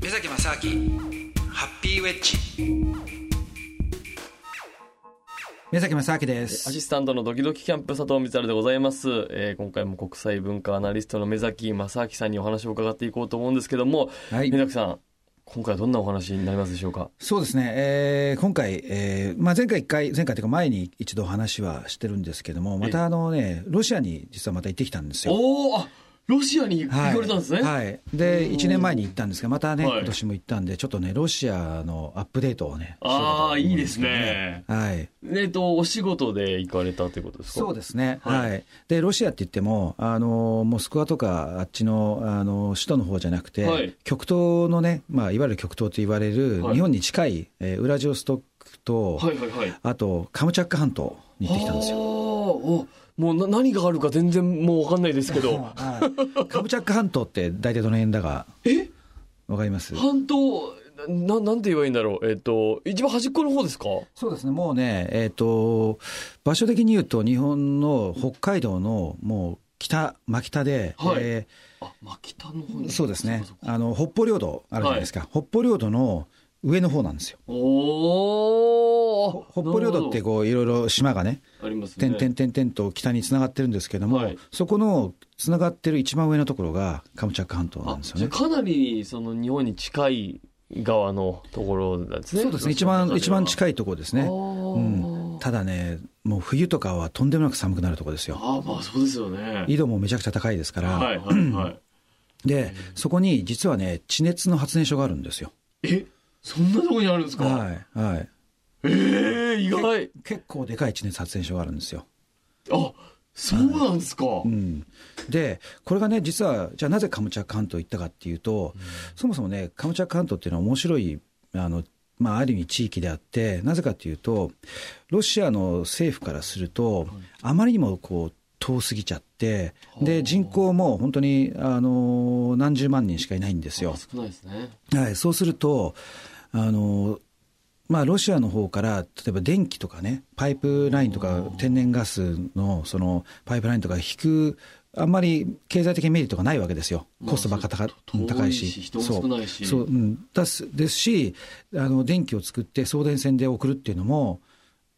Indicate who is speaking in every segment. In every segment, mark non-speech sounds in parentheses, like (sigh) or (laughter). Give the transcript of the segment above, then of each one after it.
Speaker 1: 目崎正明ハッピーウェッジ目崎正明です
Speaker 2: アシスタントのドキドキキャンプ佐藤光晴でございます、えー今回も国際文化アナリストの目崎正明さんにお話を伺っていこうと思うんですけども、
Speaker 1: はい
Speaker 2: 目崎さん今回はどんなお話になりますでしょうか
Speaker 1: そうですね、えー今回、えーまあ、前回一回、前回というか前に一度話はしてるんですけども、またあのね、ロシアに実はまた行ってきたんですよ。
Speaker 2: おおロシアに行
Speaker 1: はい
Speaker 2: かれたんですね、
Speaker 1: はい、で1年前に行ったんですが、またね、
Speaker 2: はい
Speaker 1: 今年も行ったんで、ちょっとね、ロシアのアップデートをね、
Speaker 2: ああ
Speaker 1: し
Speaker 2: い
Speaker 1: ようかと思うん
Speaker 2: いです
Speaker 1: けど
Speaker 2: ね
Speaker 1: はい、
Speaker 2: えっとお仕事で行かれたということですか
Speaker 1: そう
Speaker 2: で
Speaker 1: ですね、は
Speaker 2: はいい
Speaker 1: でロシアって言っても、あのモスクワとかあっちのあの首都の方じゃなくて、
Speaker 2: はい
Speaker 1: 極東のね、まあ、いわゆる極東と言われる、
Speaker 2: はい
Speaker 1: 日本に近い、えーウラジオストックと、
Speaker 2: はいはいはい
Speaker 1: あとカムチャック半島に行ってきたんですよ。
Speaker 2: あーおもうな何があるか全然もう分かんないですけど
Speaker 1: はいカムチャック半島って大体どの辺だか
Speaker 2: え
Speaker 1: わかります
Speaker 2: 半島ななんて言えばいいんだろうえっ、と一番端っこの方ですか
Speaker 1: そうですね、もうね、えーと、場所的に言うと、日本の北海道のもう北、真北で、
Speaker 2: はい
Speaker 1: え
Speaker 2: あ、まあ、北の方
Speaker 1: ー
Speaker 2: に
Speaker 1: そうですね
Speaker 2: かそか
Speaker 1: あの、北方領土あるじゃないですか、北方領土の上の方なんですよ。
Speaker 2: おお。
Speaker 1: 北方領土ってこういろいろ島がね、
Speaker 2: ありますね。
Speaker 1: 点々点々と北につながってるんですけども、
Speaker 2: はい
Speaker 1: そこのつながってる一番上のところがカムチャック半島なんですよ
Speaker 2: あじゃ
Speaker 1: ね
Speaker 2: あ。かなりその日本に近い側のところなんですね。
Speaker 1: そうですね、一番一番近いところです
Speaker 2: い
Speaker 1: ね
Speaker 2: あ。
Speaker 1: うん
Speaker 2: ー、
Speaker 1: ただね、もう冬とかはとんでもなく寒くなるところですよ。
Speaker 2: あー、まあそうですよね。
Speaker 1: 緯度もめちゃくちゃ高いですから、
Speaker 2: はいはい
Speaker 1: (clears throat)
Speaker 2: はい。
Speaker 1: で、そこに実はね、地熱の発電所があるんですよ。
Speaker 2: え、そんなとこにあるんですか。
Speaker 1: はい、はい。
Speaker 2: ええ意外。
Speaker 1: 結構でかい地熱発電所があるんですよ。
Speaker 2: あ、そうなんですか。
Speaker 1: うん、で、これがね、実は、じゃあなぜカムチャック半島行ったかっていうと、そもそもね、カムチャック半島っていうのは面白い、あの、まあ、ある意味地域であって、なぜかっていうと、ロシアの政府からすると、あまりにもこう、遠すぎちゃって、で、人口も本当に、あの、何十万人しかいないんですよ
Speaker 2: あ。少ないですね。
Speaker 1: はい、そうすると、あのまあ、ロシアの方から、例えば電気とかね、パイプラインとか、天然ガスのそのパイプラインとか引く、あんまり経済的メリットがないわけですよ、コストばっか高,、
Speaker 2: まあ
Speaker 1: 高い
Speaker 2: 遠い
Speaker 1: し
Speaker 2: し、人も少ないし
Speaker 1: そうそう、うん、だすですしあの、電気を作って送電線で送るっていうのも、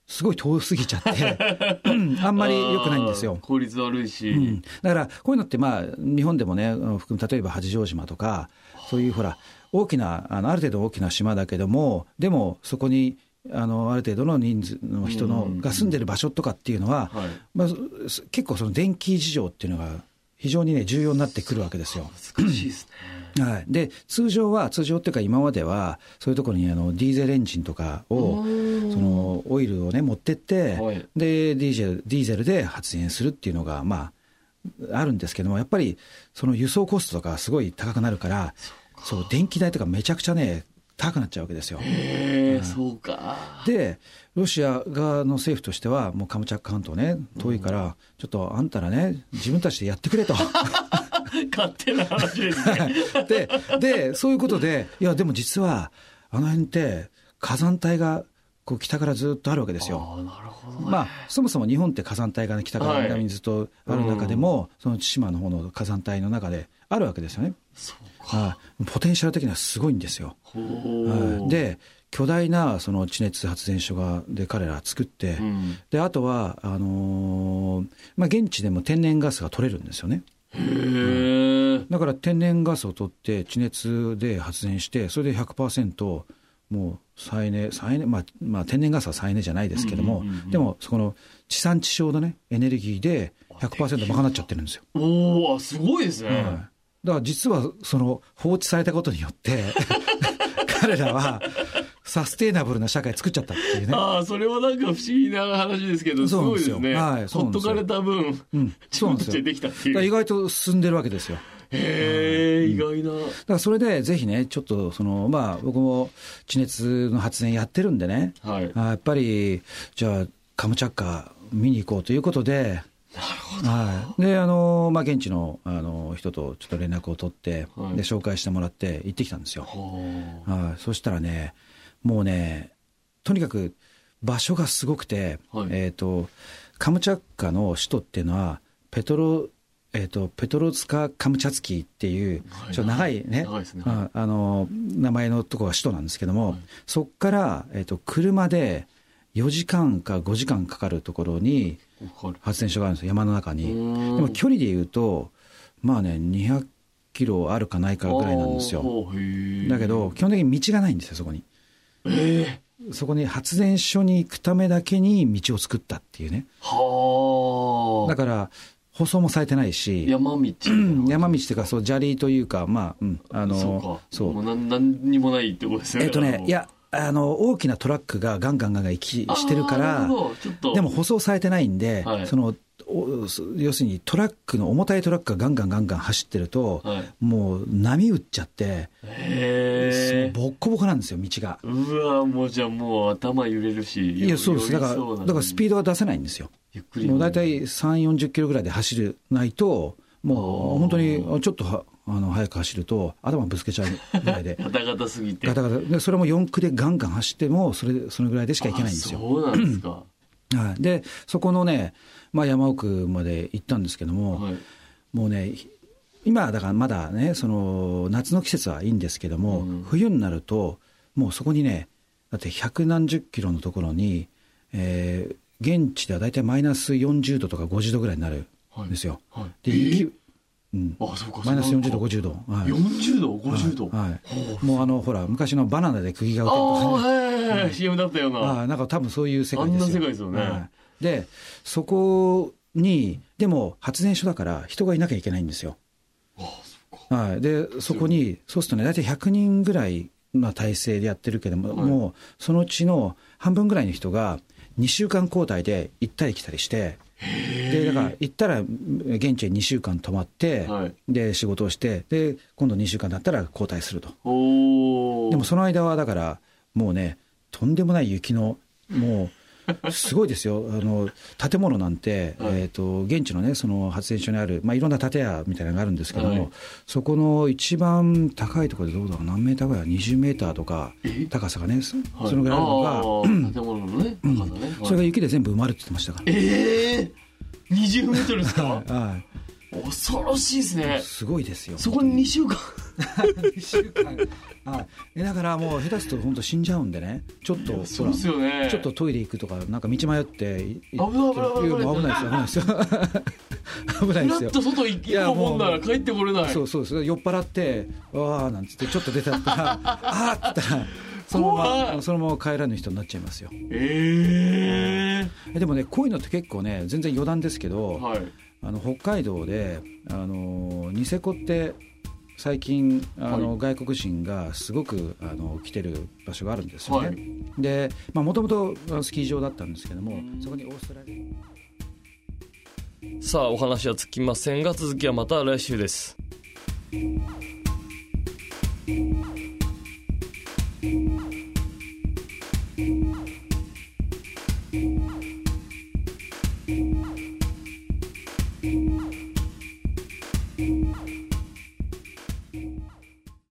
Speaker 1: すごい遠すぎちゃ
Speaker 2: (laughs)
Speaker 1: って、うんあんまり良くないんです
Speaker 2: あ
Speaker 1: よ
Speaker 2: ー。効率悪いし。
Speaker 1: うん、だからこういうのって、まあ、日本でもね、あの含む例えば八丈島とか、そういうほら、大きな、あのある程度大きな島だけども、でもそこにあのある程度の人数の人のが住んでる場所とかっていうのは、
Speaker 2: はい
Speaker 1: まあ、そ結構その電気事情っていうのが、非常にね、重要になってくるわけですよ。
Speaker 2: 難しいですね。
Speaker 1: はい、で通常は、通常っていうか、今までは、そういうところにあのディーゼルエンジンとかを、そのオイルをね、持ってって、
Speaker 2: はい
Speaker 1: でディーゼル、ディーゼルで発電するっていうのが、まあ、あるんですけども、やっぱりその輸送コストとかすごい高くなるから、そう電気代とかめちゃくちゃね、高くなっちゃうわけですよ。
Speaker 2: ええそうか。
Speaker 1: で、ロシア側の政府としては、もうカムチャック半島ね、遠いから、ちょっとあんたらね、自分たちでやってくれと。
Speaker 2: 勝手な話ですね。
Speaker 1: (laughs) でで、そういうことで、いや、でも実は、あの辺って、火山帯がこう北からずっとあるわけですよ。
Speaker 2: ああ、なるほどね。
Speaker 1: まあ、そもそも日本って火山帯が、ね、北から南にずっとある中でも、その千島の方の火山帯の中であるわけですよね。
Speaker 2: そうか。
Speaker 1: はいポテンシャル的にはすごいんですよ。
Speaker 2: ほ
Speaker 1: はい
Speaker 2: ー、
Speaker 1: で、巨大なその地熱発電所がで彼ら作って、
Speaker 2: うん、
Speaker 1: であとはあのーまあ、現地でも天然ガスが取れるんですよね。
Speaker 2: へえ、
Speaker 1: だから天然ガスを取って地熱で発電してそれで100%もう再エネ再エネ、まあまあ、天然ガスは再エネじゃないですけども、
Speaker 2: うんうんうんうん
Speaker 1: でもそこの地産地消のねエネルギーで100%賄っちゃってるんですよ、
Speaker 2: おおすごいですね、
Speaker 1: はいだから実はその放置されたことによって (laughs) 彼らはサステイナブルな社会作っちゃったっていうね
Speaker 2: ああそれはなんか不思議な話ですけどす
Speaker 1: そうなん
Speaker 2: ご
Speaker 1: で
Speaker 2: い
Speaker 1: す
Speaker 2: で
Speaker 1: よ
Speaker 2: すね
Speaker 1: はいそうなん
Speaker 2: ほっ
Speaker 1: で
Speaker 2: と
Speaker 1: すよ
Speaker 2: かれた分、
Speaker 1: うん
Speaker 2: 自
Speaker 1: そうなんで
Speaker 2: 分
Speaker 1: す
Speaker 2: たち
Speaker 1: よ
Speaker 2: でできたって
Speaker 1: だ
Speaker 2: い
Speaker 1: から
Speaker 2: う
Speaker 1: 意外と進んでるわけですよ
Speaker 2: へえ、意外な
Speaker 1: だからそれでぜひね、ちょっとその、まあ、僕も地熱の発電やってるんでね、
Speaker 2: はい
Speaker 1: あやっぱりじゃあ、カムチャッカ見に行こうということで、はい、であの、まあ、現地のあの人とちょっと連絡を取って、
Speaker 2: はい
Speaker 1: で、紹介してもらって、行ってきたんですよ。
Speaker 2: ほー
Speaker 1: はい、そしたらね、もうね、とにかく場所がすごくて、
Speaker 2: はい
Speaker 1: えー、とカムチャッカの首都っていうのは、ペトロ、えー、とペトロツカ・カムチャツキーっていう、
Speaker 2: はい
Speaker 1: ちょっと長いね、
Speaker 2: 長いですね
Speaker 1: うんあの名前のとこが首都なんですけども、
Speaker 2: はい
Speaker 1: そこから、えー、と車で4時間か5時間かかるところに
Speaker 2: わか
Speaker 1: 発電所があるんですよ、山の中
Speaker 2: る。
Speaker 1: に。
Speaker 2: で
Speaker 1: でも距離で言うと、まあね、200キロあるかないかぐらいなんですよ。だけど、基本的に道がないんですよ、そこに。そこに発電所に行くためだけに道を作ったっていうね。
Speaker 2: は
Speaker 1: だ
Speaker 2: あ。
Speaker 1: から、舗装もされてないし、
Speaker 2: 山道みたいな
Speaker 1: うん山道というか、そう、砂利というか、まあ、うん、あ
Speaker 2: そう
Speaker 1: の
Speaker 2: か、
Speaker 1: そ
Speaker 2: も
Speaker 1: う。
Speaker 2: うなんなんにもないってことですよね
Speaker 1: えっと
Speaker 2: だ
Speaker 1: ね
Speaker 2: から、もう
Speaker 1: いや、あの、大きなトラックがガンガンガンガン行きしてるか
Speaker 2: あーな
Speaker 1: ら
Speaker 2: る、ほどちょっと
Speaker 1: でも舗装されてないんで、
Speaker 2: はい
Speaker 1: そのおそ要するにトラックの重たいトラックがガンガンガンガン走ってると、
Speaker 2: はい
Speaker 1: もう波打っちゃって、
Speaker 2: へえ
Speaker 1: ボッコボコなんですよ、道が。
Speaker 2: うわもうじゃあもう頭揺れるし
Speaker 1: いや、そうです、だから、だからスピ
Speaker 2: ード
Speaker 1: ードが出せないんですよ。
Speaker 2: ゆっくり
Speaker 1: もう大体3、40キロぐらいで走るないと、もう本当に
Speaker 2: あ、
Speaker 1: ちょっとはあの早く走ると、頭ぶつけちゃうぐらいで
Speaker 2: (laughs) ガタガタすぎて
Speaker 1: ガタガタでそれも4区でガンガン走っても、それそのぐらいでしか行けないんですよ
Speaker 2: あ。そうなんですか
Speaker 1: はい、で、そこのね、まあ、山奥まで行ったんですけども、
Speaker 2: はい
Speaker 1: もうね、今だからまだね、その夏の季節はいいんですけども、
Speaker 2: うん
Speaker 1: 冬になると、もうそこにね、だって百何十キロのところに、えー現地では大体マイナス40度とか50度ぐらいになるんですよ。
Speaker 2: はい
Speaker 1: で、
Speaker 2: えー
Speaker 1: 雪うん、
Speaker 2: あそうか
Speaker 1: マイナス40度、
Speaker 2: そう
Speaker 1: 50度。はい
Speaker 2: 40度50度
Speaker 1: はい
Speaker 2: ほ
Speaker 1: もうあの、ほら、昔のバナナで釘が打
Speaker 2: あ
Speaker 1: てると
Speaker 2: あ
Speaker 1: かね。
Speaker 2: はいはいはい CM だったよう
Speaker 1: あ
Speaker 2: な
Speaker 1: あなんか多分そういう世界ですよ
Speaker 2: あんな世界ですよね
Speaker 1: はいでそこにでも発電所だから人がいなきゃいけないんですよ、
Speaker 2: あそうか
Speaker 1: はい、でそこにそうするとね大体100人ぐらいの体制でやってるけども、
Speaker 2: はい
Speaker 1: もうそのうちの半分ぐらいの人が2週間交代で行ったり来たりしてでだから行ったら現地へ2週間泊まって、
Speaker 2: はい
Speaker 1: で仕事をしてで今度2週間だったら交代すると
Speaker 2: おお
Speaker 1: でもその間はだから、もうね、とんでもない雪の、もう、すごいですよ、あ (laughs) の建物なんて、
Speaker 2: はい
Speaker 1: えー、と現地の,、ね、その発電所にある、まあ、いろんな建屋みたいなのがあるんですけども、
Speaker 2: はい
Speaker 1: そこの一番高いところで、どうだろう、何メーターぐらい、20メーターとか
Speaker 2: え、
Speaker 1: 高さがね、そ
Speaker 2: はい
Speaker 1: そのぐらいあるのが、 (clears throat)
Speaker 2: ー建物のね中だねはい
Speaker 1: それが雪で全部埋まるって言ってましたから。
Speaker 2: ええー、20メートルですか
Speaker 1: は
Speaker 2: 恐ろしいですね
Speaker 1: い、すごいですよ
Speaker 2: そこに2週間
Speaker 1: 2週間、 (laughs) はいえ、だからもう下手すると本当死んじゃうんでねちょっとほら
Speaker 2: そうですよね
Speaker 1: ちょっとトイレ行くとか、なんか道迷ってい、
Speaker 2: 危ない危ない
Speaker 1: 危ないですよ、危ないで
Speaker 2: フラ
Speaker 1: すよ。
Speaker 2: ッと外行
Speaker 1: いや
Speaker 2: こうもんな
Speaker 1: も
Speaker 2: ら
Speaker 1: う
Speaker 2: 帰ってこれない
Speaker 1: そうそうです酔っ払って、わーなんつって、ちょっと出たったら、あーって言ったら、そのま
Speaker 2: 怖
Speaker 1: ま、
Speaker 2: い
Speaker 1: そのまま帰らぬ人になっちゃいますよ。
Speaker 2: え
Speaker 1: えでもね、こういうのって結構ね、全然余談ですけど、
Speaker 2: えー、はい
Speaker 1: あの北海道で、あのニセコって、最近あの、外国人がすごくあの来てる場所があるんですよね。
Speaker 2: はい
Speaker 1: で、まあ、もともとスキー場だったんですけども、そこにオーストラリア。
Speaker 2: さあお話はつきませんが続きはまた来週です